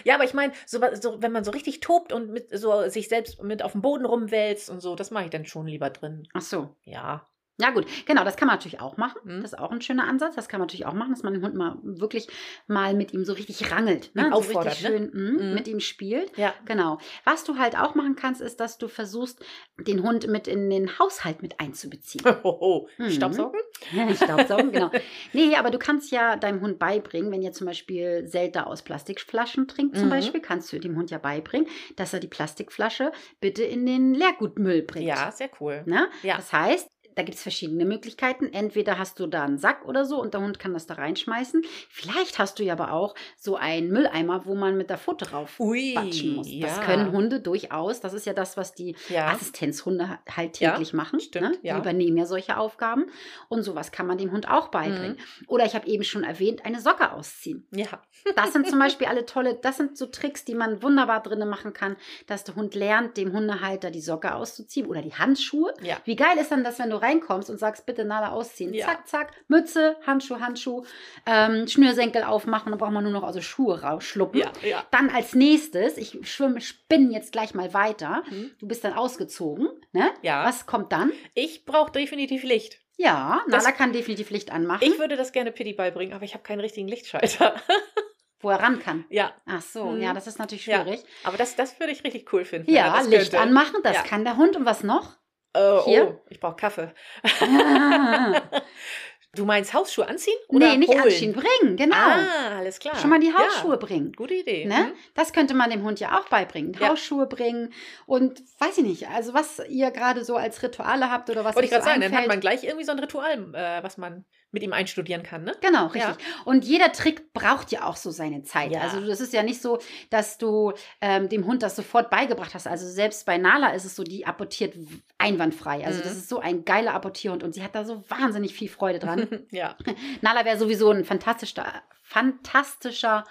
Ja, aber ich meine, so, so, wenn man so richtig tobt und mit, so sich selbst mit auf dem Boden rumwälzt und so, das mache ich dann schon lieber drin. Ach so. Ja. Ja, gut. Genau, das kann man natürlich auch machen. Mhm. Das ist auch ein schöner Ansatz. Das kann man natürlich auch machen, dass man den Hund mal wirklich mal mit ihm so richtig rangelt. Ne? Ihn so auffordert, richtig schön mm, Mhm. mit ihm spielt. Ja. Genau. Was du halt auch machen kannst, ist, dass du versuchst, den Hund mit in den Haushalt mit einzubeziehen. Hohoho. Mhm. Staubsaugen? Staubsaugen, genau. Nee, aber du kannst ja deinem Hund beibringen, wenn ihr zum Beispiel Selta aus Plastikflaschen trinkt, zum Mhm. Beispiel, kannst du dem Hund ja beibringen, dass er die Plastikflasche bitte in den Leergutmüll bringt. Ja, sehr cool. Ne? Ja. Das heißt, Da gibt es verschiedene Möglichkeiten. Entweder hast du da einen Sack oder so und der Hund kann das da reinschmeißen. Vielleicht hast du ja aber auch so einen Mülleimer, wo man mit der Pfote rauf Ui, batschen muss. Das ja. können Hunde durchaus. Das ist ja das, was die Ja. Assistenzhunde halt Ja, täglich machen. stimmt, ne? Die ja. übernehmen ja solche Aufgaben. Und sowas kann man dem Hund auch beibringen. Mhm. Oder ich habe eben schon erwähnt, eine Socke ausziehen. ja. Das sind zum Beispiel alle tolle, das sind so Tricks, die man wunderbar drinnen machen kann, dass der Hund lernt, dem Hundehalter die Socke auszuziehen oder die Handschuhe. Ja. Wie geil ist dann das, wenn du reinkommst und sagst, bitte Nala ausziehen. Ja. Zack, zack, Mütze, Handschuh, Handschuh, ähm, Schnürsenkel aufmachen, dann braucht man nur noch also Schuhe rausschluppen. Ja, ja. Dann als nächstes, ich schwimme, spinne jetzt gleich mal weiter. Mhm. Du bist dann ausgezogen, ne? Ja. Hm? Was kommt dann? Ich brauche definitiv Licht. Ja, Das- Nala kann definitiv Licht anmachen, Ich würde das gerne Pitti beibringen, aber ich habe keinen richtigen Lichtschalter. wo er ran kann. ja, Ach so, Mhm. ja, das ist natürlich Ja. schwierig. aber das, das würde ich richtig cool finden. wenn er Ja, das Licht könnte. anmachen, das Ja. kann der Hund. Und was noch? Äh, Hier. Oh, ich brauche Kaffee. Ah, Du meinst Hausschuhe anziehen? Oder nee, nicht holen? anziehen, bringen, genau. Ah, alles klar. Schon mal die Ja, Hausschuhe bringen. Gute Idee. Ne? Mhm. Das könnte man dem Hund ja auch beibringen. Ja. Hausschuhe bringen und weiß ich nicht, also was ihr gerade so als Rituale habt oder was Wollte ich euch gerade so sagen, dann hat einfällt. man gleich irgendwie so ein Ritual, äh, was man mit ihm einstudieren kann, ne? Genau, richtig. Und jeder Trick braucht ja auch so seine Zeit. Ja. Also das ist ja nicht so, dass du ähm, dem Hund das sofort beigebracht hast. Also selbst bei Nala ist es so, die apportiert w- einwandfrei. Also Mhm. das ist so ein geiler Apportierhund und sie hat da so wahnsinnig viel Freude dran. ja. Nala wäre sowieso ein fantastischer, fantastischer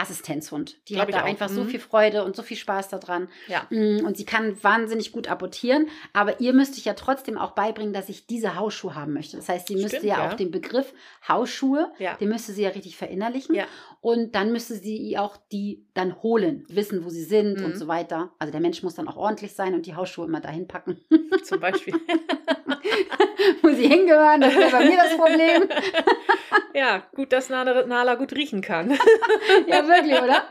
Assistenzhund. Die Glaub hat ich da auch. einfach so Mhm. viel Freude und so viel Spaß daran. Ja. Mm, Und sie kann wahnsinnig gut apportieren. Aber ihr müsst euch ja trotzdem auch beibringen, dass ich diese Hausschuhe haben möchte. Das heißt, sie müsste Stimmt, ja, ja. auch den Begriff Hausschuhe, Ja. den müsste sie ja richtig verinnerlichen. Ja. Und dann müsste sie ihr auch die dann holen, wissen, wo sie sind Mhm. und so weiter. Also der Mensch muss dann auch ordentlich sein und die Hausschuhe immer dahin packen, Zum Beispiel. wo sie hingehören. Das wäre bei mir das Problem. ja, gut, dass Nala, Nala gut riechen kann. Ja, wirklich, oder?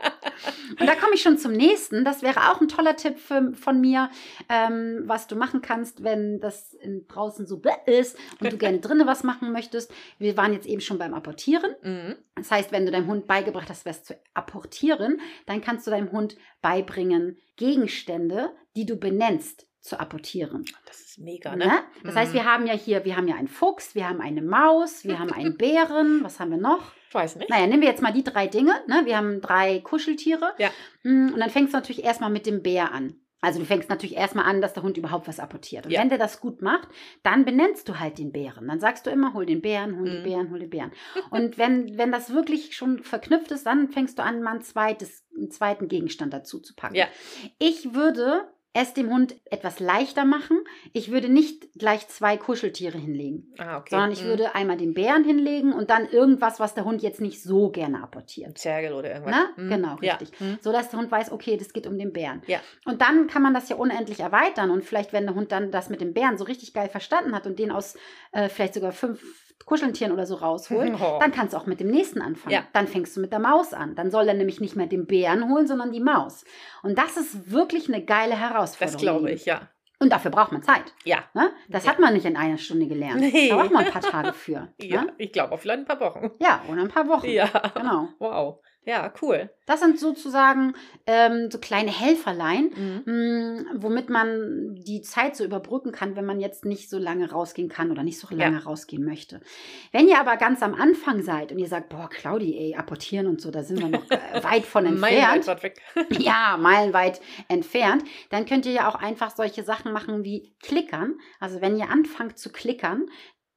Und da komme ich schon zum nächsten. Das wäre auch ein toller Tipp für, von mir, ähm, was du machen kannst, wenn das in, draußen so bläh ist und du gerne drinnen was machen möchtest. Wir waren jetzt eben schon beim Apportieren. Mhm. Das heißt, wenn du deinem Hund beigebracht hast, was zu apportieren, dann kannst du deinem Hund beibringen, Gegenstände, die du benennst, zu apportieren. Das ist mega, ne? Ne? Das heißt, wir haben ja hier, wir haben ja einen Fuchs, wir haben eine Maus, wir haben einen Bären, was haben wir noch? Ich weiß nicht. Naja, nehmen wir jetzt mal die drei Dinge. Ne? Wir haben drei Kuscheltiere. Ja. Mm, Und dann fängst du natürlich erstmal mit dem Bär an. Also du fängst natürlich erstmal an, dass der Hund überhaupt was apportiert. Und Ja. wenn der das gut macht, dann benennst du halt den Bären. Dann sagst du immer, hol den Bären, hol den Mhm. Bären, hol den Bären. Und wenn, wenn das wirklich schon verknüpft ist, dann fängst du an, mal ein zweites, einen zweiten Gegenstand dazu zu packen. Ja. Ich würde es dem Hund etwas leichter machen. Ich würde nicht gleich zwei Kuscheltiere hinlegen Ah, okay. sondern ich Mhm. würde einmal den Bären hinlegen und dann irgendwas, was der Hund jetzt nicht so gerne apportiert. Zergel oder irgendwas. Na, genau, ja. richtig. Mhm. So dass der Hund weiß, okay, das geht um den Bären. Ja. Und dann kann man das ja unendlich erweitern und vielleicht, wenn der Hund dann das mit dem Bären so richtig geil verstanden hat und den aus äh, vielleicht sogar fünf Kuscheltieren oder so rausholt, Oh. dann kannst du auch mit dem nächsten anfangen. Ja. Dann fängst du mit der Maus an. Dann soll er nämlich nicht mehr den Bären holen, sondern die Maus. Und das ist wirklich eine geile Herausforderung. das glaube ihr ich, ja. Lieben. Und dafür braucht man Zeit. Ja. Ne? Das Ja. hat man nicht in einer Stunde gelernt. Nee. Da braucht man ein paar Tage für. Ja, Ne? ich glaube auch vielleicht ein paar Wochen. Ja, oder ein paar Wochen. Ja. Genau. Wow. Ja, cool. Das sind sozusagen ähm, so kleine Helferlein, Mhm. mh, womit man die Zeit so überbrücken kann, wenn man jetzt nicht so lange rausgehen kann oder nicht so lange rausgehen möchte. Wenn ihr aber ganz am Anfang seid und ihr sagt, boah, Claudi, ey, apportieren und so, da sind wir noch äh, weit von Meilenweit entfernt. weit weg. ja, meilenweit entfernt. Dann könnt ihr ja auch einfach solche Sachen machen wie klickern. Also wenn ihr anfangt zu klickern,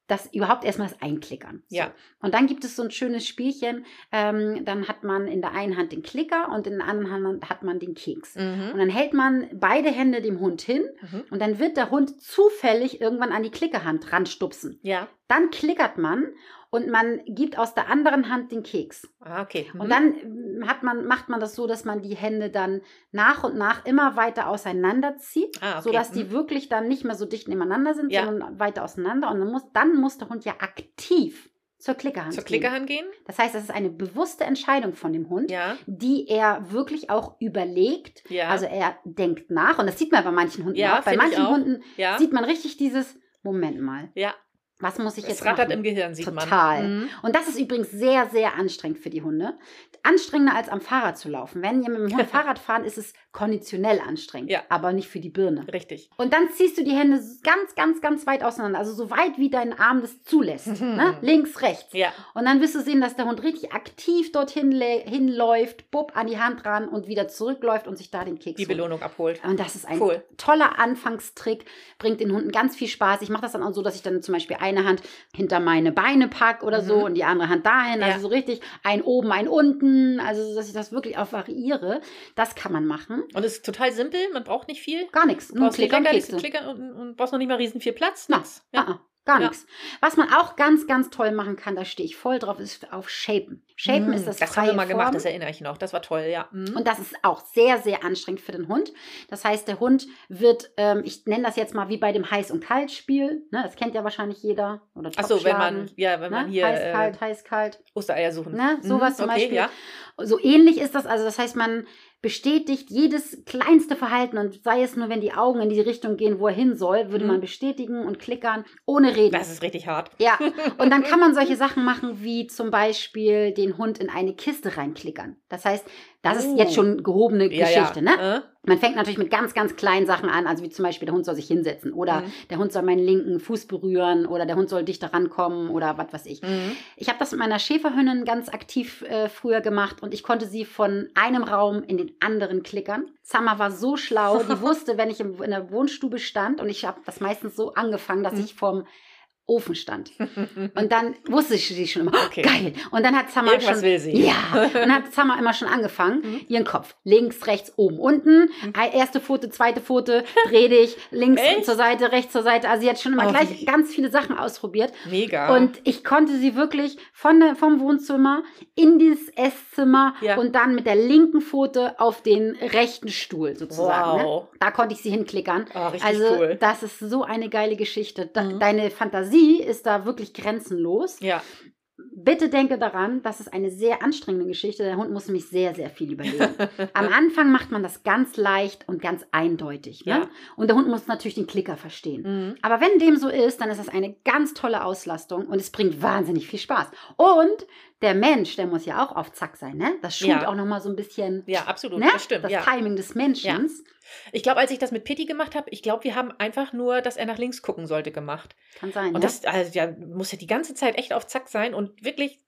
das überhaupt erstmal das Einklickern. So. Ja. Und dann gibt es so ein schönes Spielchen. Ähm, dann hat man in der einen Hand den Klicker und in der anderen Hand hat man den Keks. Und Mhm. dann hält man beide Hände dem Hund hin Mhm. und dann wird der Hund zufällig irgendwann an die Klickerhand ranstupsen. Ja. Dann klickert man und man gibt aus der anderen Hand den Keks. Ah, okay. Mhm. Und dann ähm, hat man, macht man das so, dass man die Hände dann nach und nach immer weiter auseinanderzieht, Ah, okay. sodass die Mhm. wirklich dann nicht mehr so dicht nebeneinander sind, Ja. sondern weiter auseinander. Und dann muss, dann muss der Hund ja aktiv zur Klickerhand zur gehen. Klickerhand gehen? Das heißt, das ist eine bewusste Entscheidung von dem Hund, Ja. die er wirklich auch überlegt. Ja. Also er denkt nach und das sieht man bei manchen Hunden Ja, auch. Bei find ich manchen auch. Hunden ja. sieht man richtig dieses Moment mal. Ja. Was muss ich Es jetzt rattert im machen? Gehirn, sieht Total. man. Mhm. Und das ist übrigens sehr, sehr anstrengend für die Hunde. Anstrengender als am Fahrrad zu laufen. Wenn ihr mit dem Hund Fahrrad fahren, ist es konditionell anstrengend, Ja. aber nicht für die Birne. Richtig. Und dann ziehst du die Hände ganz, ganz, ganz weit auseinander. Also so weit, wie dein Arm das zulässt. Mhm. Ne? Links, rechts. Ja. Und dann wirst du sehen, dass der Hund richtig aktiv dorthin lä- hinläuft, bupp an die Hand ran und wieder zurückläuft und sich da den Keks Die holt. Belohnung abholt. Und das ist ein Cool. toller Anfangstrick, bringt den Hunden ganz viel Spaß. Ich mache das dann auch so, dass ich dann zum Beispiel eine Hand hinter meine Beine pack oder so Mhm. und die andere Hand dahin. Ja. Also so richtig ein oben, ein unten. Also so, dass ich das wirklich auch variiere. Das kann man machen. Und es ist total simpel, man braucht nicht viel. Gar nichts. Nur brauchst Klicker und Leckerlis, Kekse. Klicker und, und brauchst noch nicht mal riesen viel Platz. Na, Nix. Ah, ah, gar Ja. nichts. Was man auch ganz, ganz toll machen kann, da stehe ich voll drauf, ist auf Shapen. Shapen Mm, ist das, Das freie haben wir mal Form. gemacht, das erinnere ich noch. Das war toll, ja. Mhm. Und das ist auch sehr, sehr anstrengend für den Hund. Das heißt, der Hund wird, ähm, ich nenne das jetzt mal wie bei dem Heiß- und Kaltspiel. Ne, das kennt ja wahrscheinlich jeder. Oder Ach so, wenn man, Topfschlagen, ja, wenn man ne? hier heiß, äh, kalt, heiß, kalt. Ostereier suchen. Mhm. Ne? Sowas zum okay, Beispiel. Ja. So ähnlich ist das. Also das heißt, man bestätigt jedes kleinste Verhalten und sei es nur, wenn die Augen in die Richtung gehen, wo er hin soll, würde Mhm. man bestätigen und klickern, ohne reden. Das ist richtig hart. Ja, und dann kann man solche Sachen machen, wie zum Beispiel den Hund in eine Kiste reinklickern. Das heißt, das ist Oh. jetzt schon gehobene Geschichte. ja, ja. Ne? Ne? Man fängt natürlich mit ganz, ganz kleinen Sachen an, also wie zum Beispiel der Hund soll sich hinsetzen oder Mhm. der Hund soll meinen linken Fuß berühren oder der Hund soll dichter rankommen oder was weiß ich. Mhm. Ich habe das mit meiner Schäferhündin ganz aktiv äh, früher gemacht und ich konnte sie von einem Raum in den anderen klickern. Summer war so schlau, die wusste, wenn ich im, in der Wohnstube stand und ich habe das meistens so angefangen, dass Mhm. ich vorm Ofen stand. Und dann wusste ich sie schon immer, Okay. geil. Und dann hat Summer Irgendwas schon will sie. ja, und dann hat Summer immer schon angefangen, Mhm. ihren Kopf links, rechts, oben, unten, Mhm. Ei- erste Pfote, zweite Pfote, dreh dich, links Echt? zur Seite, rechts zur Seite. Also sie hat schon immer Oh, gleich wie- Ah. ganz viele Sachen ausprobiert. Mega. Und ich konnte sie wirklich von der, vom Wohnzimmer in dieses Esszimmer Ja. und dann mit der linken Pfote auf den rechten Stuhl sozusagen. Ne? wow. Da konnte ich sie hinklickern. Oh, richtig Also cool. das ist so eine geile Geschichte. Da, Mhm. Deine Fantasie ist da wirklich grenzenlos. Ja. Bitte denke daran, das ist eine sehr anstrengende Geschichte. Der Hund muss nämlich sehr, sehr viel überlegen. Am Anfang macht man das ganz leicht und ganz eindeutig. Ne? Ja. Und der Hund muss natürlich den Klicker verstehen. Mhm. Aber wenn dem so ist, dann ist das eine ganz tolle Auslastung und es bringt wahnsinnig viel Spaß. Und der Mensch, der muss ja auch auf Zack sein. Ne? Das schult Ja. auch nochmal so ein bisschen Ja, absolut. ne? Das stimmt. das ja. Timing des Menschen. Ja. Ich glaube, als ich das mit Pitti gemacht habe, ich glaube, wir haben einfach nur, dass er nach links gucken sollte, gemacht. Kann sein. ne? ja? Und das also, ja, muss ja die ganze Zeit echt auf Zack sein und wirklich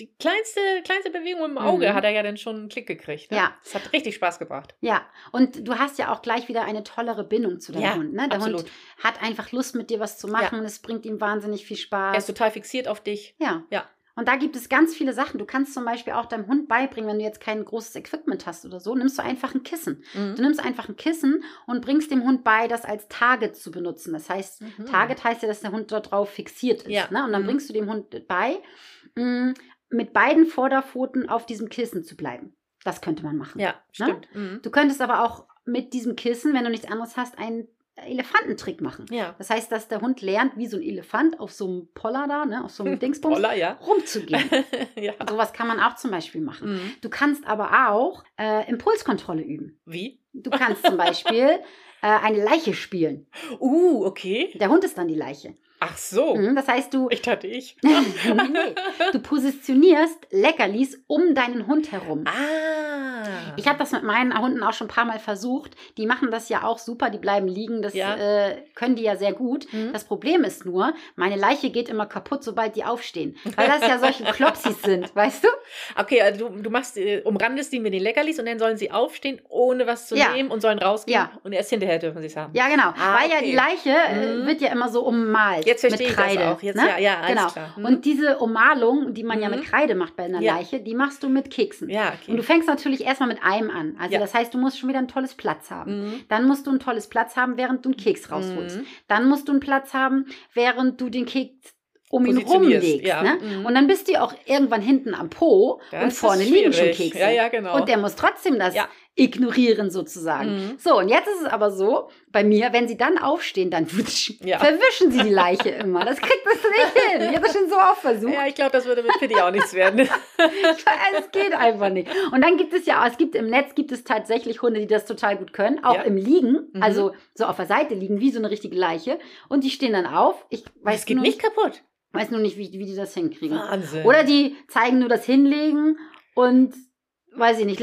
die kleinste, kleinste Bewegung im Auge Mhm. hat er ja dann schon einen Klick gekriegt. Ne? Ja. Das hat richtig Spaß gebracht. Ja, und du hast ja auch gleich wieder eine tollere Bindung zu deinem Ja, Hund. Ne? Der absolut. Hund hat einfach Lust, mit dir was zu machen. Es bringt ihm wahnsinnig viel Spaß. Er ist total fixiert auf dich. ja. Ja. Und da gibt es ganz viele Sachen. Du kannst zum Beispiel auch deinem Hund beibringen, wenn du jetzt kein großes Equipment hast oder so, nimmst du einfach ein Kissen. Du Mhm. nimmst einfach ein Kissen und bringst dem Hund bei, das als Target zu benutzen. Das heißt, Mhm. Target heißt ja, dass der Hund dort drauf fixiert ist. Ja. Ne? Und dann Mhm. bringst du dem Hund bei, mh, mit beiden Vorderpfoten auf diesem Kissen zu bleiben. Das könnte man machen. Ja, stimmt. Mhm. Du könntest aber auch mit diesem Kissen, wenn du nichts anderes hast, einen Elefantentrick machen. Ja. Das heißt, dass der Hund lernt, wie so ein Elefant auf so einem Poller da, ne, auf so einem Dingsbums Roller, ja. rumzugehen. ja. Sowas kann man auch zum Beispiel machen. Mhm. Du kannst aber auch äh, Impulskontrolle üben. Wie? Du kannst zum Beispiel äh, eine Leiche spielen. Uh, okay. Der Hund ist dann die Leiche. Ach so. Mhm, das heißt, du, Ich dachte ich. Nee. du positionierst Leckerlis um deinen Hund herum. ah. Ich habe das mit meinen Hunden auch schon ein paar Mal versucht. Die machen das ja auch super, die bleiben liegen, das Ja. äh, können die ja sehr gut. Mhm. Das Problem ist nur, meine Leiche geht immer kaputt, sobald die aufstehen. Weil das ja solche Klopsis sind, weißt du? Okay, also du, du machst, äh, umrandest die mit den Leckerlis und dann sollen sie aufstehen, ohne was zu Ja. nehmen und sollen rausgehen. Ja. Und erst hinterher dürfen sie es haben. Ja, genau. Ah, Weil ja okay. die Leiche äh, Mhm. wird ja immer so ummalt. Jetzt verstehe mit ich das Kreide, auch. Jetzt, ne? ja, ja, alles Genau. klar. Mhm. Und diese Ummalung, die man ja Mhm. mit Kreide macht bei einer Ja. Leiche, die machst du mit Keksen. ja, okay. Und du fängst natürlich erstmal mit einem an. Also Ja. das heißt, du musst schon wieder ein tolles Platz haben. Mhm. Dann musst du ein tolles Platz haben, während du einen Keks rausholst. Mhm. Dann musst du einen Platz haben, während du den Keks um ihn Positionierst, rumlegst. ja. Ne? Mhm. Und dann bist du auch irgendwann hinten am Po Das und vorne ist liegen schon schwierig. Kekse. Ja, ja, genau. Und der muss trotzdem das Ja. ignorieren sozusagen. Mhm. So, und jetzt ist es aber so, bei mir, wenn sie dann aufstehen, dann wutsch, Ja. verwischen sie die Leiche immer. Das kriegt das nicht hin. Ich habe das schon so oft versucht. Ja, ich glaube, das würde mit Pitti auch nichts werden. Es geht einfach nicht. Und dann gibt es ja, es gibt im Netz gibt es tatsächlich Hunde, die das total gut können, auch Ja. im Liegen, Mhm. also so auf der Seite liegen, wie so eine richtige Leiche. Und die stehen dann auf. Ich weiß, Es geht nur, nicht kaputt. weiß nur nicht, wie, wie die das hinkriegen. Wahnsinn. Oder die zeigen nur das Hinlegen und weiß ich nicht,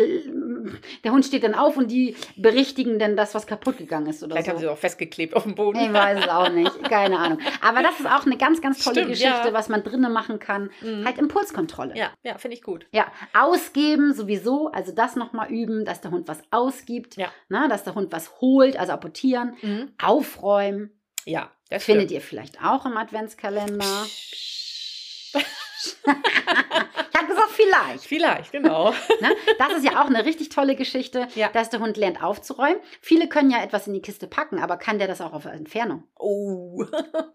der Hund steht dann auf und die berichtigen dann das, was kaputt gegangen ist oder Vielleicht haben so. sie auch festgeklebt auf dem Boden. Ich weiß es auch nicht, keine Ahnung. Aber das ist auch eine ganz, ganz tolle Stimmt, Geschichte, ja. was man drinnen machen kann. Mhm. Halt Impulskontrolle. Ja, ja finde ich gut. Ja, ausgeben sowieso, also das nochmal üben, dass der Hund was ausgibt, Ja. ne, dass der Hund was holt, also apportieren, aufräumen, Ja, das findet stimmt. ihr vielleicht auch im Adventskalender. Ich habe gesagt, vielleicht. Vielleicht, genau. Ne? Das ist ja auch eine richtig tolle Geschichte, Ja. dass der Hund lernt aufzuräumen. Viele können ja etwas in die Kiste packen, aber kann der das auch auf Entfernung? Oh.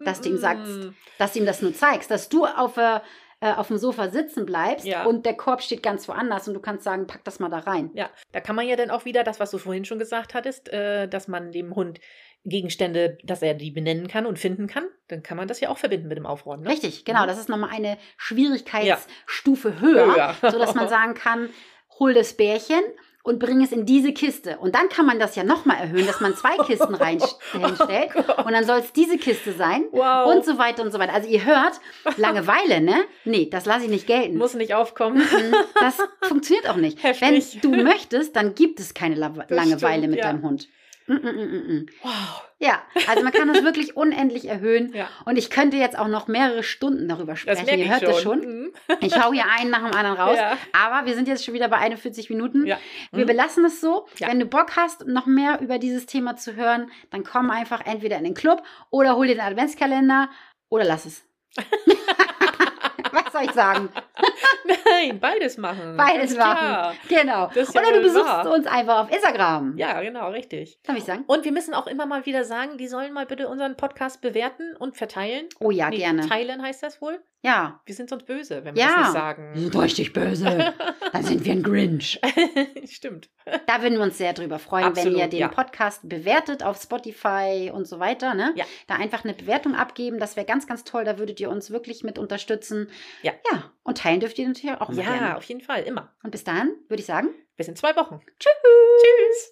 Dass du ihm sagst. Mm. Dass du ihm das nur zeigst, dass du auf, äh, äh, auf dem Sofa sitzen bleibst Ja. und der Korb steht ganz woanders und du kannst sagen, pack das mal da rein. Ja, da kann man ja dann auch wieder das, was du vorhin schon gesagt hattest, äh, dass man dem Hund Gegenstände, dass er die benennen kann und finden kann, dann kann man das ja auch verbinden mit dem Aufräumen. Ne? Richtig, genau. Mhm. Das ist nochmal eine Schwierigkeitsstufe höher, Höher. sodass man sagen kann, hol das Bärchen und bring es in diese Kiste. Und dann kann man das ja nochmal erhöhen, dass man zwei Kisten rein hinstellt. Oh Gott. Oh. Und dann soll es diese Kiste sein. Wow. Und so weiter und so weiter. Also ihr hört, Langeweile, ne? Nee, das lasse ich nicht gelten. Muss nicht aufkommen. Mhm, das funktioniert auch nicht. Heftig. Wenn du möchtest, dann gibt es keine La Langeweile stimmt, mit ja. deinem Hund. Mm, mm, mm, mm. Wow. Ja, also man kann das wirklich unendlich erhöhen. Ja. Und ich könnte jetzt auch noch mehrere Stunden darüber Das sprechen. merke Ihr ich hört das schon. schon. Mhm. Ich hau hier einen nach dem anderen raus. Ja. Aber wir sind jetzt schon wieder bei 41 Minuten. Ja. Wir Mhm. belassen es so. Ja. Wenn du Bock hast, noch mehr über dieses Thema zu hören, dann komm einfach entweder in den Club oder hol dir den Adventskalender oder lass es. Was soll ich sagen? Nein, beides machen. Beides Ganz klar. machen. Genau. Das ist ja oder du wohl besuchst wahr. uns einfach auf Instagram. Ja, genau, richtig. Darf ich sagen? Und wir müssen auch immer mal wieder sagen, die sollen mal bitte unseren Podcast bewerten und verteilen. Oh ja, Nee, gerne. Teilen heißt das wohl. Ja. Wir sind sonst böse, wenn wir Ja. das nicht Wir sagen. sind richtig böse. Dann sind wir ein Grinch. Hm. Stimmt. Da würden wir uns sehr drüber freuen, wenn Absolut, ihr den ja. Podcast bewertet auf Spotify und so weiter. Ne? Ja. Da einfach eine Bewertung abgeben. Das wäre ganz, ganz toll. Da würdet ihr uns wirklich mit unterstützen. Ja. Ja. Und teilen dürft ihr natürlich auch mal Ja, gerne. auf jeden Fall, immer. Und bis dahin würde ich sagen, Bis in zwei Wochen. tschüss. Tschüss.